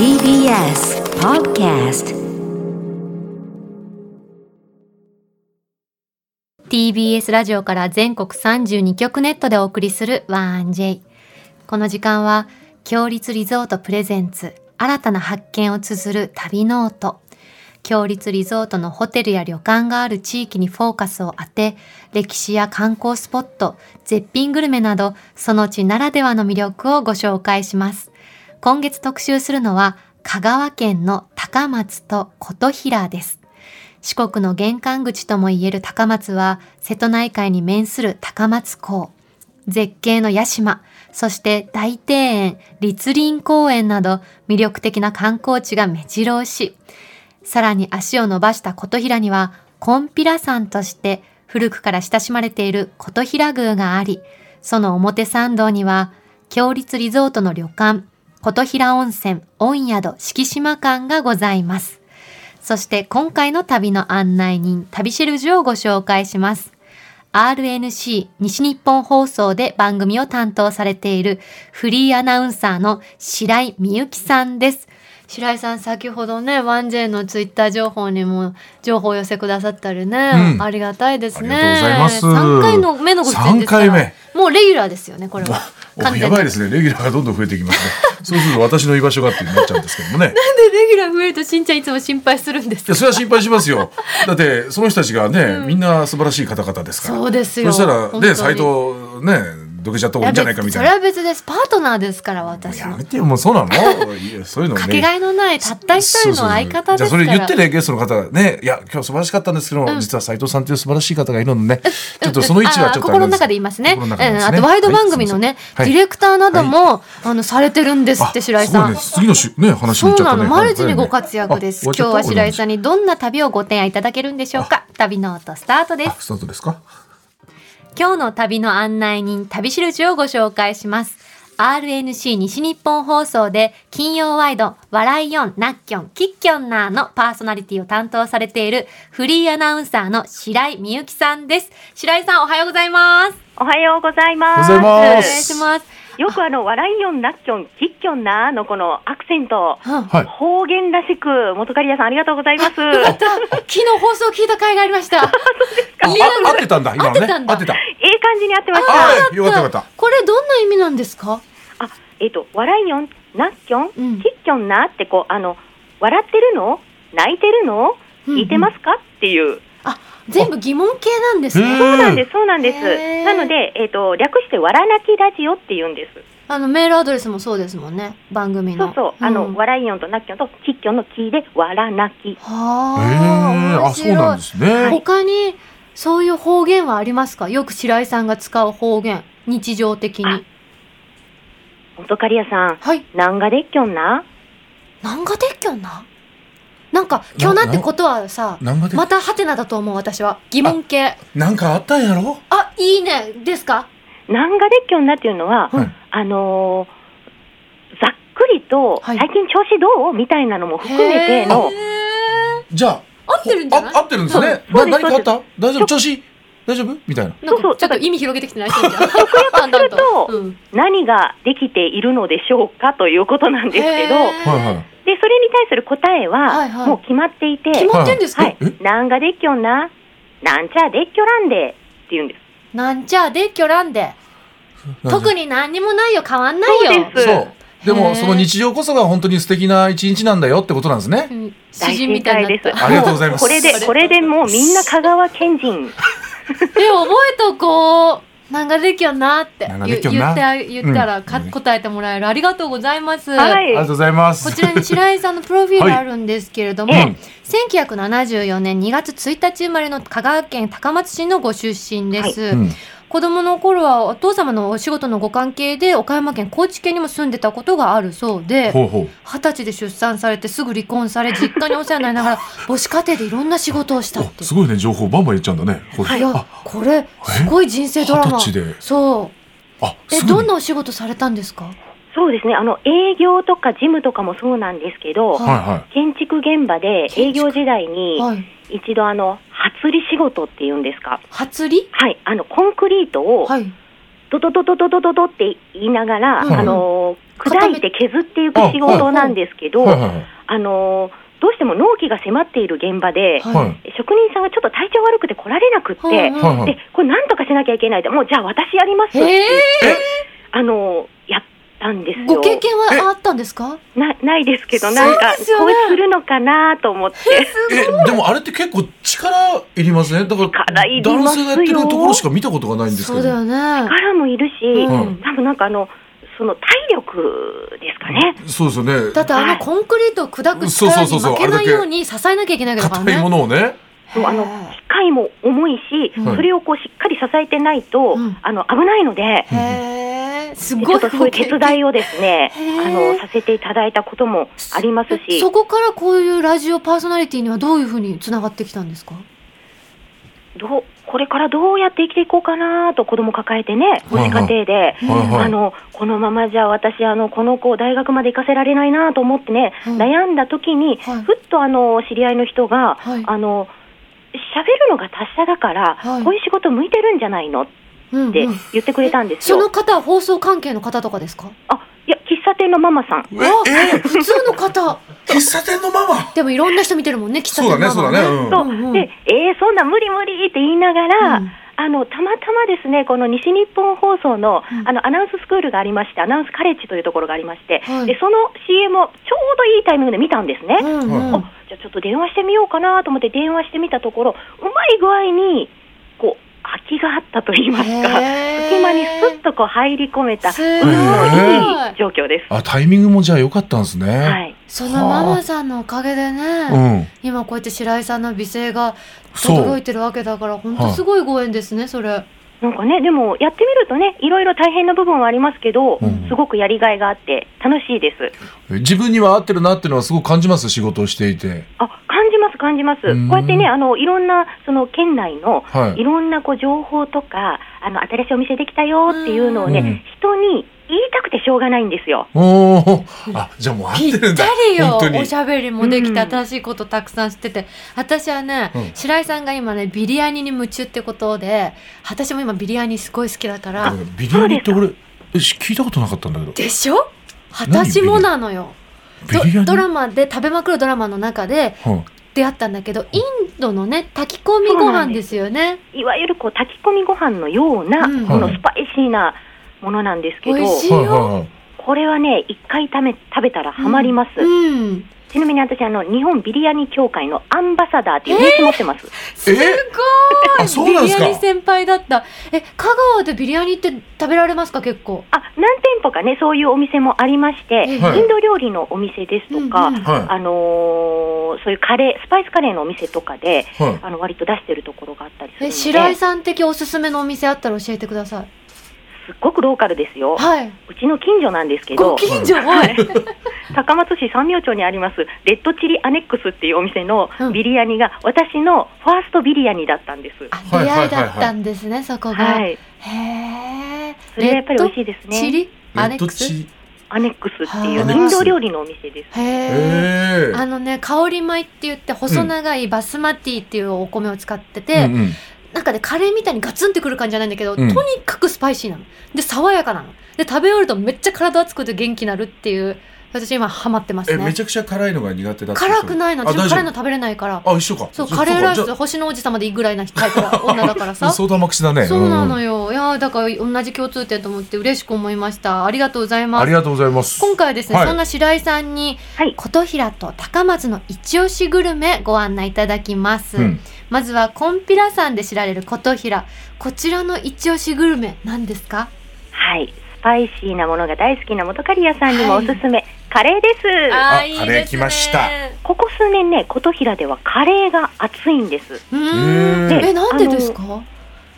TBS Podcast TBS ラジオから全国32局ネットでお送りする「1J」この時間は「強立リゾートプレゼンツ新たな発見」を綴る旅ノート強立リゾートのホテルや旅館がある地域にフォーカスを当て歴史や観光スポット絶品グルメなどその地ならではの魅力をご紹介します今月特集するのは香川県の高松と琴平です四国の玄関口ともいえる高松は瀬戸内海に面する高松港絶景の屋島そして大庭園立林公園など魅力的な観光地が目白押しさらに足を伸ばした琴平にはコンピラ山として古くから親しまれている琴平宮がありその表参道には強立リゾートの旅館琴平温泉温宿敷島館がございますそして今回の旅の案内人、旅シェルジュをご紹介します。RNC 西日本放送で番組を担当されているフリーアナウンサーの白井美由紀さんです。白井さん、先ほどね、1J のツイッター情報にも情報を寄せくださったりね、うんありがたいですね。ありがとうございます3回の目のご出演ですから。三回もうレギュラーですよね、これは。。おやばいですすね。レギュラーがどんどん増えてい きますね。そうすると私の居場所がってなっちゃうんですけどもなね。んでレギュラー増えるとしんちゃんいつも心配するんですいや、それは心配しますよ。だって、その人たちがね、みんな素晴らしい方々ですから。そうですよそしたら、ね、本斎当藤、ね、どけちゃった方がいいんじゃないかみたいやな。別にそれは別ですパートナーですから私やのめてよ、もうそうなのいやそういうのね。かけがえのないたった一人の相方ですからそうそうそうじゃあそれ言ってねゲストの方がねいや今日素晴らしかったんですけど、実は斉藤さんという素晴らしい方がいるので ねちょっとその位置はちょっとあー心の中で言いますね心の中で言いうんますあねとワイド番組のね、はいディレクターなども、あのされてるんですって白井さん、あすごいね次のしね話にそ行っうちゃなったねの、マルチにごはい活躍です。あ今終日わはっちゃった白井さんにどんな旅をご提案いただけるんでしょうか。旅の音スタートですあ。スタートですか今日の旅の案内人、旅しるじをご紹介します。RNC 西日本放送で金曜ワイド笑いよんなっきょんきっきょんなーのパーソナリティを担当されているフリーアナウンサーの白井美由紀さんです。白井さんおはようございます。おはようございます。おはようございおま願いすします。よくあの、笑いよんなっきょん、きっきょんなのこのアクセント、うんはい方言らしく、元刈谷さんありがとうございます。よかった。昨日放送聞いた回がありました。あリアルあ合ってたんだ今のね合ってたんだ合ってたええ感じにやってましあた。はいよかったよかったこれどんな意味なんですかあ、えっ、と、笑いよんなっきょん、きうんっきょんなってこう、あの、笑ってるの泣いてるのうんうん聞いてますかっていう。あ、全部疑問系なんですうんね。そうなんです、そうなんです。へーなので、えっ、と、略して、わらなきラジオって言うんです。あのメールアドレスもそうですもんね。番組その。うそう、あの、笑いよんとなっきょんと、きっきょんのきで、わらなき。はあ、へーあ面そうな白んいで。すね他にそういう方言はありますか。よく白井さんが使う方言、日常的にあ。元刈谷さん、はい。なんがでっきょんななんかでっきょんな。なんか今日なってことはさ、なんかでまたハテナだと思う私は。疑問系。なんかあったんやろあ、いいねですか。南が列強になっていうのは、はいあのーざっくりと、はい最近調子どうみたいなのも含めての、へーじゃあ合ってるんじゃないあ合ってるんですねそうなそうです何かあった大丈夫調子大丈夫みたいななんそうそかうちょっと意味広げてきてないしんじゃん。だんだんとうん何ができているのでしょうかということなんですけど、へーはいはいで、それに対する答えは、はいはいもう決まっていて、決まってんですか。はいえ、南が列強な、なんちゃ列強なんで、って言うんです。なんちゃでっきょらんで。特に何にもないよ変わんないよ。そうですそうへでーもその日常こそが本当に素敵な一日なんだよってことなんですねうん詩人みたいになった。ありがとうございますこれで、これでもうみんな香川県人。え覚えとこうなんかできよなってなんか言でうきよ言っなてあ言ったらかうん答えてもらえるありがとうございます、はありがいと。うございますこちらに白井さんのプロフィールはいあるんですけれども、うん1974年2月1日生まれの香川県高松市のご出身です、うん子供の頃はお父様のお仕事のご関係で岡山県高知県にも住んでたことがあるそうでほうほう二十歳で出産されてすぐ離婚され実家にお世話になりながら母子家庭でいろんな仕事をしたってあすごいね情報バンバン言っちゃうんだねこれいあやこれすごい人生ドラマ二十歳でそうあえすどぐんになお仕事されたんですかそうですね、あの、営業とか事務とかもそうなんですけど、はいは建築現場で営業時代にはい一度あの、初売り仕事っていうんですか。初利はい、あの、コンクリートをはいドドドドドドドドって言いながら、うんあのー固砕めいて削っていく仕事なんですけど、はいはいあのーどうしても納期が迫っている現場で、ははい。職人さんがちょっと体調悪くて来られなくって、はいはいはいはいでこれ、なんとかしなきゃいけないでもうじゃあ私やりますって、へえあのーやったんですよ。ご経験はあったんですかなないですけど、なんか、そうですよこねうするのかなと思って、え、でもあれって結構力いりますね。だから力いり男ます性よがやってるところしか見たことがないんですけど。よね力もいるし、うん多分なんかあの、その体力ですかね。そうですよね。だってあのコンクリートを砕く力に負けないように支えなきゃいけないわけだから硬いもね。のをね。もうあのへ機械も重いし、はいそれをこうしっかり支えてないと、うんあの危ないので、えへえすちごょいっとそういう手伝いをですねへ、あーのさせていただいたこともありますし、そこからこういうラジオパーソナリティにはどういうふうにつながってきたんですかどうこれからどうやって生きていこうかなと子供抱えてね、母子家庭で。はいはいあのこのままじゃ私あのこの子を大学まで行かせられないなと思ってね、うん悩んだ時に、はいふっとあの知り合いの人が、はいあの喋るのが達者だから、はいこういう仕事向いてるんじゃないのっうんてうん言ってくれたんですそよ。の方は放送関係の方とかですかあいや喫茶店のママさんえあえ普通の方喫茶店のママ。でもいろんな人見てるもんね喫茶そうだ店マね、マそうはだね。うんそう、うんうんで、えー、そんな無理無理って言いながら、あのたまたまですねこの西日本放送の,、うんあのアナウンススクールがありましてアナウンスカレッジというところがありまして、はいでその CM をちょうどいいタイミングで見たんですね。うんうんうんおじゃあちょっと電話してみようかなと思って電話してみたところうまい具合にこう空きがあったと言いますかへー隙間にスッとこう入り込めたすすごごいいいい状況です。あ、タイミングもじゃあ良かったんですね。はい、そのママさんのおかげでね、うん。今こうやって白井さんの美声がそ。届いうてるわけだから本当すごいご縁ですねそれ。なんかねでもやってみるとねいろいろ大変な部分はありますけど、うんすごくやりがいがあって楽しいです。自分には合ってるなっていうのはすごく感じます、仕事をしていて。あ感じます感じます。こうんうやってねあのいろんなその県内のはいい。ろんなこう情報とかあの新しいお店できたよっていうのをね、うん人に言いたくてしょうがないんですよ。おお。あ、じゃあもう合っぴてっるんだた。りよ 本当におしゃべりもできてうん新しいことたくさん知ってて、私はね、うん白井さんが今ねビリヤニに夢中ってことで私も今ビリヤニすごい好きだから、うんビリヤニって俺、えし聞いたことなかったんだけど。でしょ私もなのよドビリヤニドラマで食べまくるドラマの中でうん出会ったんだけどインドのね炊き込みご飯ですよねいわゆるこう炊き込みご飯のような、うんこのスパイシーなものなんですけど、美味しいはいはいはい。これはね、一回食べ食べたらハマります。うんちなみに私、あの、日本ビリヤニ協会のアンバサダーっていう名刺持ってます。すごいあそうなんビでリすヤかニ先輩だったえ香川でビリヤニって食べられますか結構あ、何店舗かね、そういうお店もありまして、はいインド料理のお店ですとか、うんうんはあのーそういうカレー、スパイスカレーのお店とかで、い。はい。あの、割と出してるところがあったりするのえで、白井さん的おすすめのお店あったら教えてくださいすっごくローカルですよ。はいうちの近所なんですけごど、近所はい 高松市三明町にありますレッドチリアネックスっていうお店のうんビリヤニが私のファーストビリヤニだったんです。あ出会いだったんですねそこはがい、へえそれがやっぱり美味しいでチすね。リアネックスへアネックスっていはういインド料理のお店です。へええ。あのね香り米って言って細長いバスマティっていうお米を使ってて、うんうんなんかねカレーみたいにガツンってくる感じじゃないんだけど、うんとにかくスパイシーなので爽やかなので食べ終わるとめっちゃ体熱くて元気になるっていう私今ハマってますえ、めねちゃくちゃ辛いのが苦手だって人辛くないのあ私も大丈辛い夫の食べれないからあ、一緒か。そうじゃカレーライそスうか星の王子様でいいぐらいな タイプの女だからじ ゃさあ相談まくしだね。そうなのよ。よ。いやーだから同じ共通点と思って嬉しく思いました。ありがとうございまありす。がとうございます。今回はですね、はいそんな白井さんに、はい琴平と高松の一押しグルメご案内いただきます。うんまずはコンピラ山で知られる琴平。こちらの一押しグルメ何ですかはい、スパイシーなものが大好きな元カリアさんにもおすすめ、カレーです。あいいですねカレー来ましたここ数年ね、琴平ではカレーが熱いんです。うへーん。ーえ、なんでですか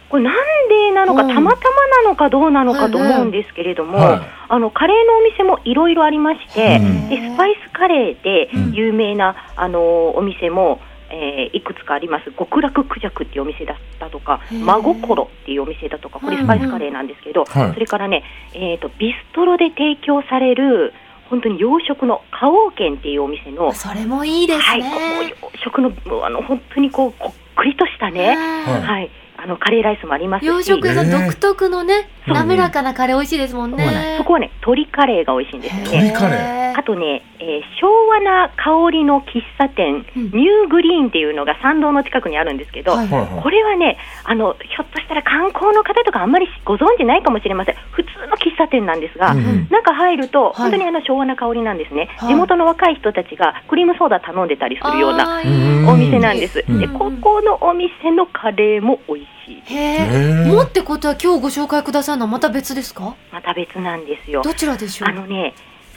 これなんでなのか、うんたまたまなのかどうなのかと思うんですけれども、はあのカレーのお店もいろいろありまして、うんでスパイスカレーで有名な、あのお店も、えーいくつかあります極楽クジャクっていうお店だったとかへー真心っていうお店だとかこれスパイスカレーなんですけど、はいそれからね、えー、とビストロで提供される本当に洋食の花王軒っていうお店の、それもいいですはい、ね。こう洋食のもうあの本当にこうこっくりとしたね、うんはいはい、あのカレーライスもありますし洋食屋さん独特のね、滑らかなカレー美味しいですもんそうね。そこはね鶏カレーが美味しいんですよへね鶏カレーへあとね、えー昭和な香りの喫茶店、うんニューグリーンっていうのが参道の近くにあるんですけど、はいはいはいこれはねあの、ひょっとしたら観光の方とかあんまりご存知ないかもしれません、普通の喫茶店なんですが、うんうん中入ると、い本当にあの昭和な香りなんですね、はい地元の若い人たちがクリームソーダ頼んでたりするようなあーいいお店なんです、うんでここのお店のカレーも美味しい、へへえ。ーもってことは今日ご紹介くださるのはまた別ですか？また別なんですよ。どちらでしょうあ？のね、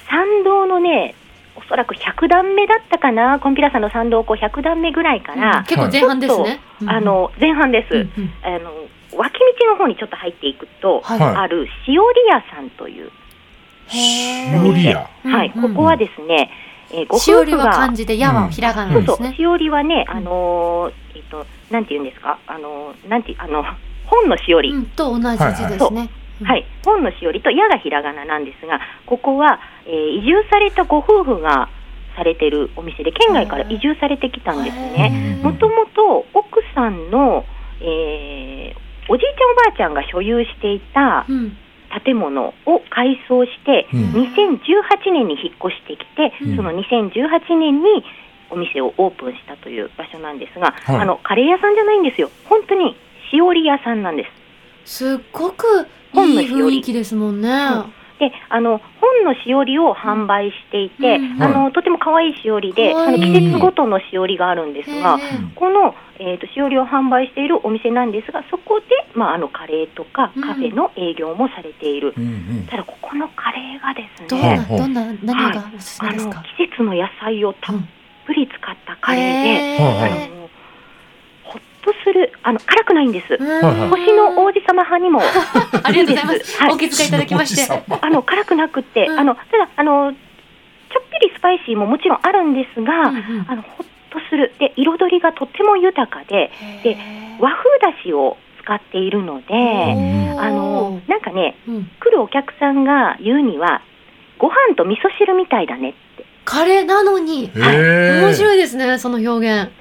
参道のね、おそらく100段目だったかな、コンピラさんの参道こう100段目ぐらいから、結構前半ですね。うんあ、の前半です、うんうんあの、脇道の方にちょっと入っていくと、はい。はいあるしおり屋さんという、へ料理屋。うんはい、うんここはですね、えーごー。しお夫婦りはが漢、字で、やはひらがなうんでそすう、ね。しおりはね、うんあのーえっ、と、なんていうんですか、あのーなんてあの本のしおり、うん、と同じ字ですね。うんはい、本のしおりと矢がひらがななんですが、ここは、えー移住されたご夫婦がされてるお店で、県外から移住されてきたんですね。へーもともと奥さんの、えーおじいちゃんおばあちゃんが所有していたうん建物を改装して、うん2018年に引っ越してきて、うんその2018年にお店をオープンしたという場所なんですが、はいあのカレー屋さんじゃないんですよ、本当にしおり屋さんなんですす。っごくいい雰囲気ですもんね。であの本のしおりを販売していて、うんあのとても可愛いしおりで、可あ愛のい季節ごとのしおりがあるんですが、へーこの、えー、としおりを販売しているお店なんですがそこで、まあ、あのカレーとかうんカフェの営業もされている、うんうんただここのカレーがですどんねな、ほうどんな、何がおすすあめですのか。季節の野菜をたっぷり使ったカレーで、へはあいはのほっとするあの辛くないんです、うんはいはい星の王子様派にもありがとうございます。はいお気遣いいただきまして。おじさあの辛くなくって、うんあのただあのちょっぴりスパイシーももちろんあるんですが、うんうんあのほっとするで彩りがとっても豊かでで和風だしを使っているので、んあのなんかねうん来るお客さんが言うにはご飯と味噌汁みたいだねってカレーなのに、へー面白いですね、その表現。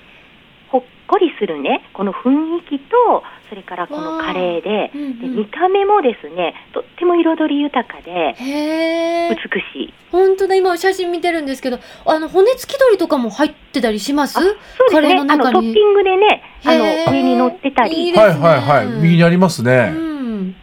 ほっこりするねこの雰囲気とそれからこのカレーでうんでうん見た目もですねとっても彩り豊かでへえ、美しい本当だ、今写真見てるんですけど、あの骨付き鳥とかも入ってたりします。そうですねカレーのあ中にのトッピングでねあのへー上に乗ってたりいいですはねいはいはい。右にありますね。うん、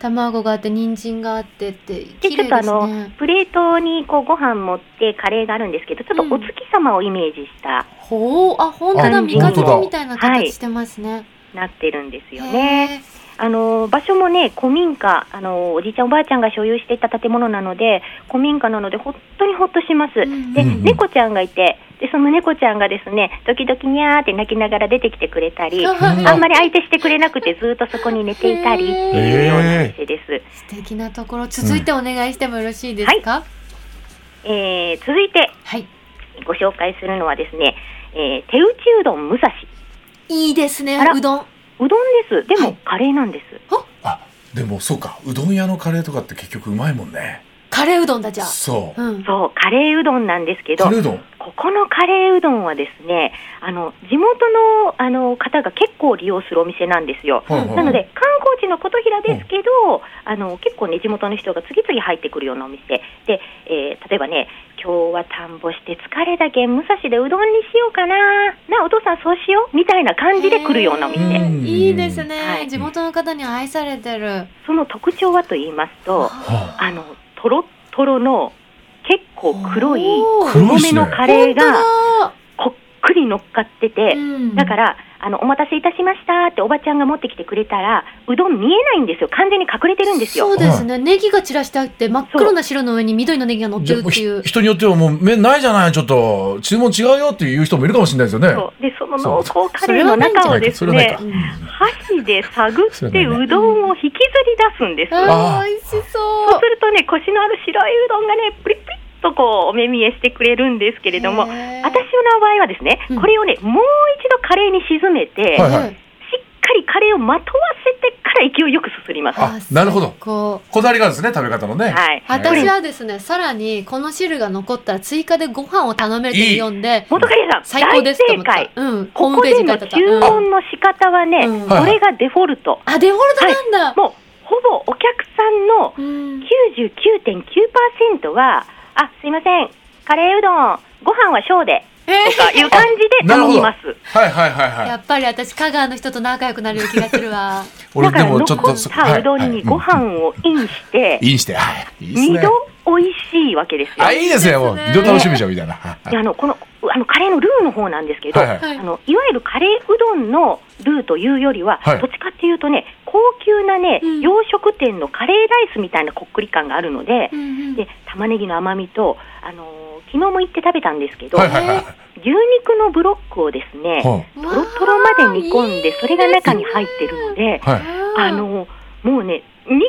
卵があって、人参があってって、で綺ちょ麗っとあですの、ね。プレートにこうご飯持ってカレーがあるんですけどちょっとお月様をイメージした、ほう、あ、本当あだ、三日本当月だみたいなはい形してますね。なってるんですよへね。えあの場所もね古民家あのおじいちゃんおばあちゃんが所有していた建物なので古民家なので本当にほっとします。うんで、うんうん猫ちゃんがいてでその猫ちゃんがですね時々にゃーって泣きながら出てきてくれたり。んあんまり相手してくれなくてずっとそこに寝ていたりっていうようなお店です。素敵なところ、続いてお願いしてもよろしいですか。えー続いてはい、ご紹介するのはですね、えー手打ちうどん武蔵いいですねあら、うどん。うどんです。でも、はいカレーなんです。あ、でもそうか。うどん屋のカレーとかって結局うまいもんね。カレーうどんだじゃあ。そう。うん。そう、カレーうどんなんですけどカ、レーうどん。ここのカレーうどんはですね、あの地元のあの方が結構利用するお店なんですよ。はいはいはいなので、観光地の琴平ですけど、あの結構ね、地元の人が次々入ってくるようなお店で、えー例えばね、今日は田んぼして疲れたけん、武蔵でうどんにしようかな、なあお父さん、そうしようみたいな感じで来るようなおへ店、ーいいですね、はい地元の方に愛されてる。その特徴はと言いますと、はあのとろっとろの結構黒い、おー黒い重めのカレーが本こっくり乗っかってて当、うんだからあの、お待たせいたしましたっておばちゃんが持ってきてくれたら、うどん見えないんですよ、完全に隠れてるんですよ。そうですね、ネギが散らしてあって、真っ黒な白の上に緑のネギが乗っじてゃあるもうっていうひ。人によってはもう麺ないじゃないちょっと注文違うよっていう人もいるかもしれないですよね。そうでその濃厚カレーのそ中なをいかですそれはないねか。箸で探そっれてはないうどんを引きずり出すんです。そうあー美味しそう。するとねコシのある白いうどんがねプリプリっとこうお目見えしてくれるんですけれども、へー私の場合はですねうんこれをねもう一度カレーに沈めて、はいしっはいかりカレーをまとわせてから勢いよくすすります。あはなるほど最高こだわりがあるんですね食べ方のね。い。私はですね、さらにこの汁が残ったら追加でご飯を頼めると読んで、元カレーさん最高ですと大思正っ解た。。うん、ホこーこムページでに書のいてあった。注うん文の仕方はね、うんこれがデフォルト。あ、デフォルトなんだ。もうほぼお客さんのうん99.9%は、あすいません、カレーうどん、ご飯は小でとかいう感じでなる頼ほみど。まはす。いはいはいは やい。っぱり私香川の人と仲良くなれる気がする わ俺だかでらもちょっ残とっそたうどんにごはい飯をインしてうん、インしてはい。いいです二ね。度美味しいわけですよ。あいいですねいもういですね二度楽しみじゃんみたいな。はいであのこのあのカレーのルーの方なんですけど、はいはいあのいわゆるカレーうどんのルーというよりは、はいどっちかっていうとね、高級なね、うん洋食店のカレーライスみたいなこっくり感があるのでう、んうんで玉ねぎの甘みと、あのー昨日も行って食べたんですけど、はいはいはい。牛肉のブロックをですね、はととろとろまで煮込んで、それが中に入ってるので、いはい。あのーもうね、肉、あんま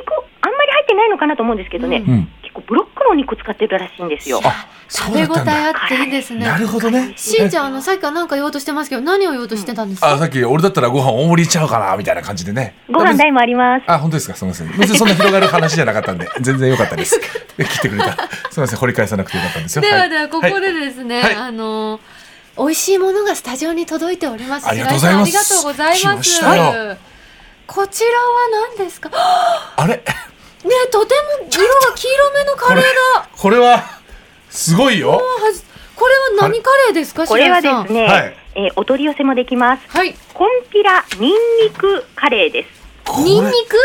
り入ってないのかなと思うんですけどね、うんうん。結構ブロックの肉使ってるらしいんですよ。あそ食べうだっ応たんえあだ。っていいですねなるほどね。しんちゃん。ゃんあのさっきは何か言おうとしてますけど何を言おうとしてたんですか、あさっき俺だったらご飯大盛りいっちゃうかなみたいな感じでね。ご飯代もあります。あ、本当ですか。すみません。別にそんな広がる話じゃなかったんで、 全然良かったです。切ってくれた。すみません。掘り返さなくてよかったんですよ。でははいではここでですね、はいあの美味しいものがスタジオに届いております。ありがとうございます白井さんありがとうございま。来ますしたよこちらは何ですか。ねあれ、とても色が黄色めのカレーだ。これはすごいよ。はじこれは何カレーですか、白これは井でさん。すね、はいえーお取り寄せもできます。はい。コンピラニンニクカレーです。これニンニク。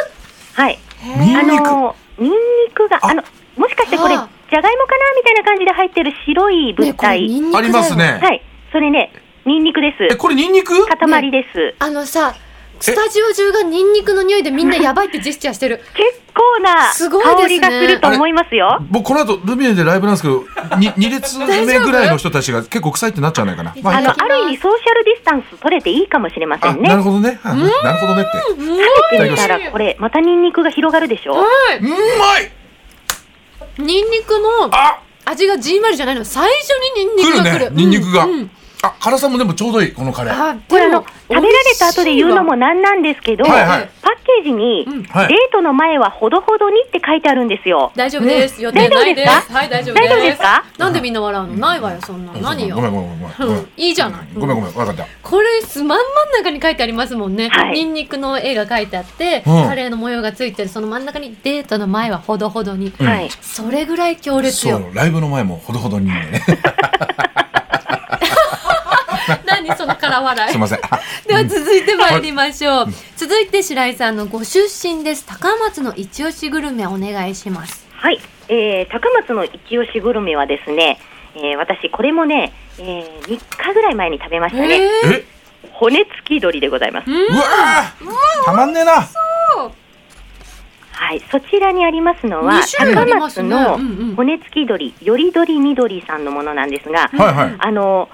はい。ニンあニク。のーニンニクがああのもしかしてこれじゃあがいもかなみたいな感じで入ってる白いね物これ体。ニンニクだよありますねはい。それね、ニンニクでえ、す。これニンニク？塊です。あのさ、スタジオ中がニンニクの匂いでみんなやばいってジェスチャーしてる。結構なすごいですね香りがすると思いますよ。僕この後ルミネでライブなんですけど、に二列目大丈夫ぐらいの人たちが結構臭いってなっちゃわないかな。あまあいいのかいただきますある意味ソーシャルディスタンス取れていいかもしれませあ、んね。なるほ食どね。あなるほどねって。うん。べてみたらこれまたニンニクが広がるでしょ。はい。うまい。ニンニクのあ、味がじんわりじゃないの。最初にニンニクが来る。来るねニンニクがうんうんあ、辛さもでもちょうどいいこのカレー。あ、これあの食べられた後で言うのもね。なんなんですけど、はいはいパッケージに、うんはいデートの前はほどほどにって書いてあるんですよ。大丈夫です。予定ないです。大丈夫ですかはい、大丈夫です。大丈夫ですかなんでみんな笑うのないわよ、そんなの。何ごめよ。んごめんごめんご うめんん。いいじゃないごめんごめん。わかった。これ、すまん真ん中に書いてありますもんね。はいニンニクの絵が書いてあって、うんカレーの模様がついてる、その真ん中にデートの前はほどほどに。うんはい。それぐらい強烈そよ。う、ライブの前もほどほどにね。何その空笑いすい。ません。 では続いて参りましょう。続いて白井さんのご出身です。高松の一押しグルメお願いします。はい、えー高松の一押しグルメはですね、えー私これもね、えー3日ぐらい前に食べましたね、ええ、骨付き鶏でございます、うわーたまんねえな。はい、そちらにありますのは二種類あ高ります松ねのうんうん骨付き鶏よりどりみどりさんのものなんですが、はいはい。あの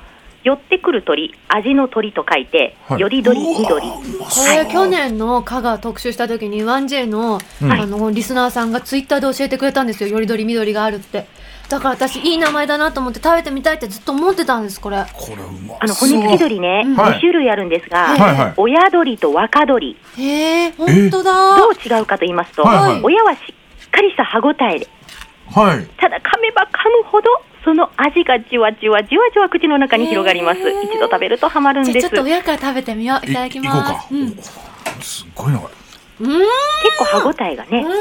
寄ってくる鳥味の鳥と書いて、はいよりどりみどりこれ去年の香川特集した時に 1J の,、うんあのリスナーさんがツイッターで教えてくれたんですよよりどり緑があるってだから私いい名前だなと思って食べてみたいってずっと思ってたんですこれへこれうまあのそう骨付き鳥ね、うんはい2種類あるんですが、はいはいはい。親鳥と若鳥え本当だどう違うかと言いますと、はいはい親はしっかりした歯ごたえではい。ただ噛めば噛むほどその味がじわじわじわじわ口の中に広がります、へー一度食べるとハマるんじゃであすちょっと結親から食べてみよういただきます行こうかうん、うおすっごいなこーん構歯ごたえがね本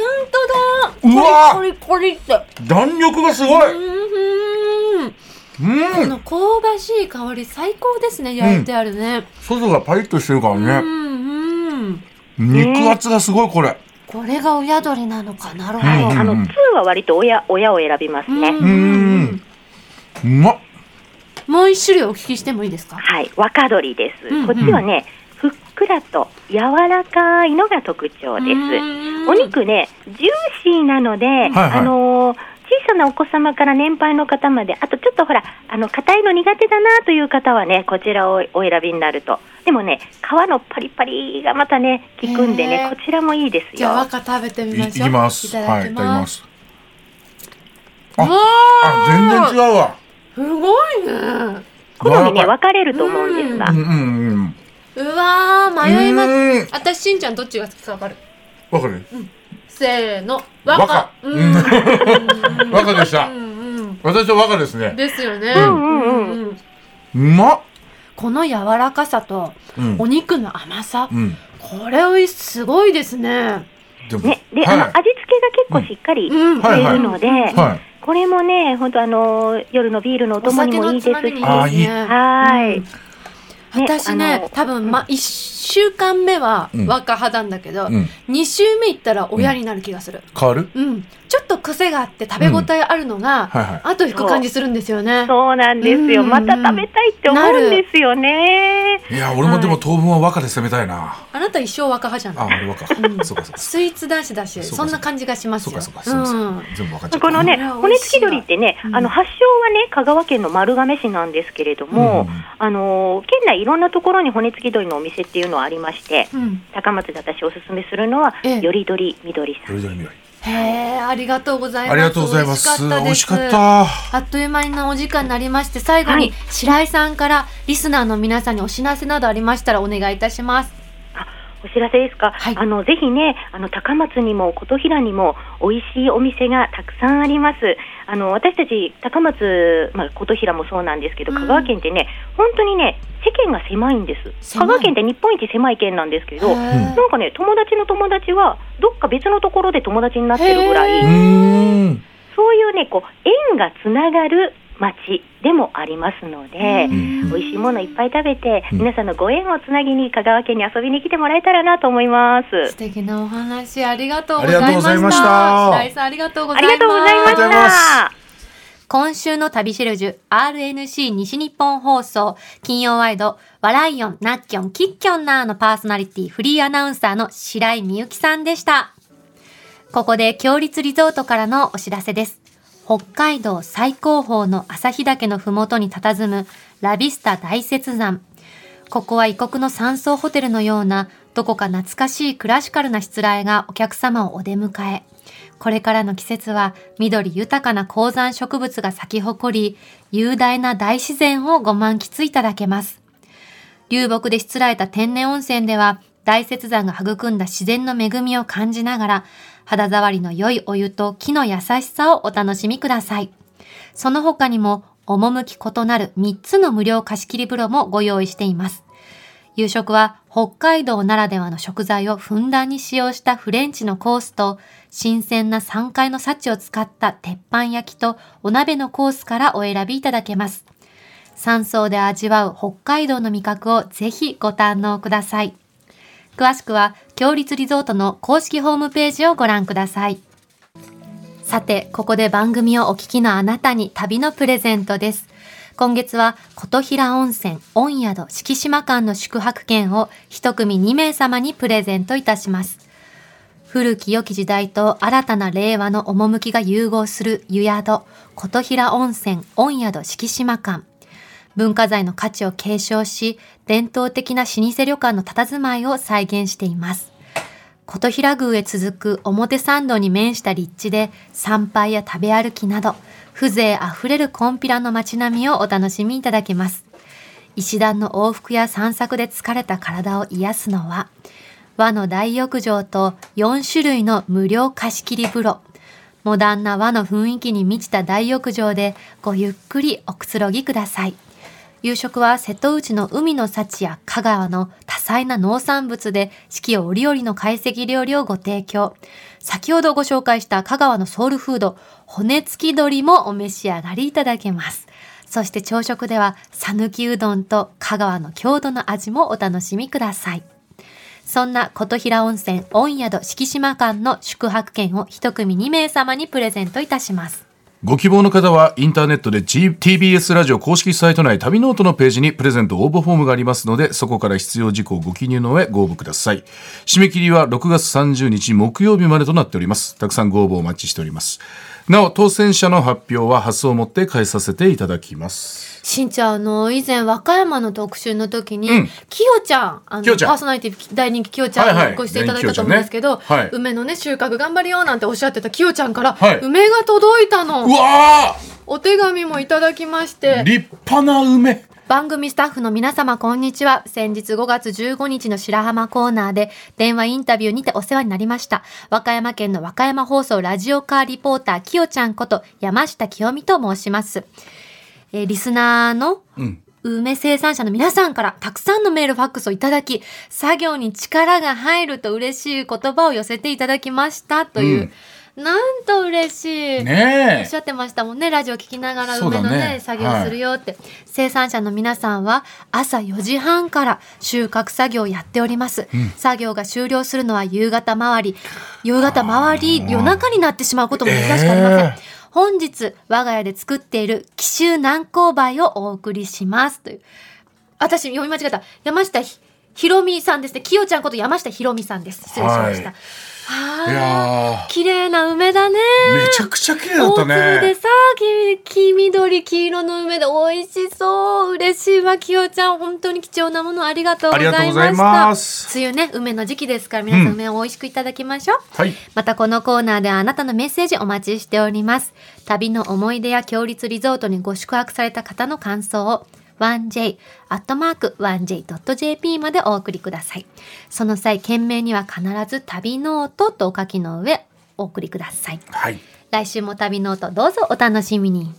当うだわコリコリコリってれ。弾力がすごい。うーんうこん。の香ばしい香り最高ですね焼いてあるね外がパリッとしてるかうんらね。うん肉厚がすごいこれ。これが親鳥なのかなるほうど、んあの2は割と親親を選びますね、うんうん。うまっ。もう一種類お聞きしてもいいですかはい若鶏です、うんうんこっちはねふっくらと柔らかいのが特徴です、お肉ねジューシーなので、はいあのー小さなお子様から年配の方まで、あとちょっとほら、あの、硬いの苦手だなという方はね、こちらをお選びになると。でもね、皮のパリパリがまたね、効くんでへね、ーこちらもいいですじゃあよ。若食べてみいまいしょうきます。いただはい、きいただきまます,、す。あ、全然違うわ。全然違うすごいね好みね、柔ら分かれると思うんですがう。んうんうん。うわー迷いますす。私しんちゃんどっちが好きかわかるわかる。せーの若うんうんわかでしたう。ん私はわかですうんね。ですよねうんうんうん。うんうまっ。この柔らかさとうんお。肉の甘さうん。これすごいですねでもね、で、はいあの味付けが結構しっかりしてうんはいいはいるので、はい。これもね、本当あの夜のビールのおお供に酒ものいいつでますみし、にいいあはーいいですね。ーい、うん私あねの、多分、ま、1週間目はうん若派なんだけど、うん。 2週目行ったら親になる気がする。変わるうん。ちょっと癖があって食べ応えあるのはいが、はい。後引く感じするんですよね。そうなんですよ。うんまた食べたいって思うんですよね。いや、俺もでも当分は和歌で攻めたいな。あなた一生若派じゃあ、ない俺和歌う。んそうかそうか。スイーツ男子だし、そうかそんな感じがしますそうよ。かそうか。すいませうんん。全部分かっちゃった。このねこれは、美骨味しい付きわ鳥ってね、うんあの発祥はね、香川県の丸亀市なんですけれどうん、も、あの県内いろんなところに骨付き鳥のお店っていうのはありまして、うん。高松で私おすすめするのは、ええよりどりみどりさどん。れどれ未来。へえ、ありがとうございます。ありがとうございます。美味しかっですた。あっという間になお時間になりまして、最後はにい白井さんからリスナーの皆さんにお知らせなどありましたらお願いいたします。お知らせですか、はいあのぜひねあの高松にも琴平にも美味しいお店がたくさんありますあの私たち高松、まあ、琴平もそうなんですけどうん香川県ってね、本当にね世間が狭いんです狭い香川県って日本一狭い県なんですけどなへんかね友達の友達はどっか別のところで友達になってるぐらへういーん。そういうねこう縁がつながる街でもありますのでえ、うん美味しいものいっぱい食べて、うん皆さんのご縁をつなぎに香川県に遊びに来てもらえたらなと思います素。敵なお話ありがとうごあざりがというまごした。ざいました白井さんありがとうござあいまりす。がとうございあましりがとうございますた。今週の旅シェルジュ RNC 西日本放送金曜ワイドワライオンナッキョンキッキョンナーのパーソナリティフリーアナウンサーの白井美由紀さんでしたここで強立リゾートからのお知らせです北海道最高峰の旭岳のふもとに佇むラビスタ大雪山ここは異国の山荘ホテルのようなどこか懐かしいクラシカルなしつらえがお客様をお出迎えこれからの季節は緑豊かな高山植物が咲き誇り雄大な大自然をご満喫いただけます流木でしつらえた天然温泉では大雪山が育んだ自然の恵みを感じながら肌触りの良いお湯と木の優しさをお楽しみくださいその他にも趣異なる3つの無料貸し切り風呂もご用意しています夕食は北海道ならではの食材をふんだんに使用したフレンチのコースと新鮮な3階の幸を使った鉄板焼きとお鍋のコースからお選びいただけます山荘で味わう北海道の味覚をぜひご堪能ください詳しくは強立リゾートの公式ホームページをご覧くださいさて、ここで番組をお聞きのあなたに旅のプレゼントです。今月は、琴平温泉、温宿、敷島間の宿泊券を一組2名様にプレゼントいたします。古き良き時代と新たな令和の趣が融合する湯宿、琴平温泉、温宿、敷島間。文化財の価値を継承し、伝統的な老舗旅館の佇まいを再現しています。琴平宮へ続く表参道に面した立地で参拝や食べ歩きなど風情あふれるコンピラの街並みをお楽しみいただけます石段の往復や散策で疲れた体を癒すのは和の大浴場と4種類の無料貸し切り風呂モダンな和の雰囲気に満ちた大浴場でごゆっくりおくつろぎください夕食は瀬戸内の海の幸や香川の多彩な農産物で四季折々の懐石料理をご提供。先ほどご紹介した香川のソウルフード、骨付き鶏もお召し上がりいただけます。そして朝食では、讃岐うどんと香川の郷土の味もお楽しみください。そんな琴平温泉、温宿、敷島間の宿泊券を一組2名様にプレゼントいたします。ご希望の方はインターネットで G- TBS ラジオ公式サイト内旅ノートのページにプレゼント応募フォームがありますのでそこから必要事項をご記入の上ご応募ください締め切りは6月30日木曜日までとなっておりますたくさんご応募お待ちしておりますなお当選者の発表は発送をもって返させていただきますしんちゃん、あの、以前、和歌山の特集の時に、うんきよちゃん、あの、きよちゃんパーソナリティ大人気きよちゃんはいはいにご出演いただいたと思うんですけど、大人気きよちゃんねはい梅のね、収穫頑張れよなんておっしゃってたきよちゃんから、はい梅が届いたのう。わお手紙もいただきましてー。立派な梅番組スタッフの皆様こんにちは先日5月15日の白浜コーナーで電話インタビューにてお世話になりました和歌山県の和歌山放送ラジオカーリポーターきよちゃんこと山下清美と申しますえーリスナーのうん梅生産者の皆さんからたくさんのメール、ファックスをいただき、作業に力が入ると嬉しい言葉を寄せていただきましたという、なんと嬉しい。おっねしゃってましたもんねラジオ聞きながらそう梅だのねね作業するよって、生産者の皆さんは朝4時半から収穫作業をやっております、作業が終了するのは夕方回り夕方回り夜中になってしまうことも珍しくありません、ええ本日我が家で作っている紀州南高梅をお送りしますという私読み間違えた山下ひひろみさんですねきよちゃんこと山下ひろみさんです失礼しました、はいはいやー綺麗な梅だねめちゃくちゃ綺麗だった大粒でねさ黄黄緑黄色の梅で美味しそう嬉しいわきよちゃん本当に貴重なものありがとうごあざりいましたがとうございます梅雨ね梅の時期ですから皆さん梅を美味しくいただきましょう、はいまたこのコーナーではあなたのメッセージお待ちしております旅の思い出や強立リゾートにご宿泊された方の感想を 1j.1j.jp までお送りくださいその際件名には必ず旅ノートとお書きの上お送りくださいはい来週も旅ノートどうぞお楽しみに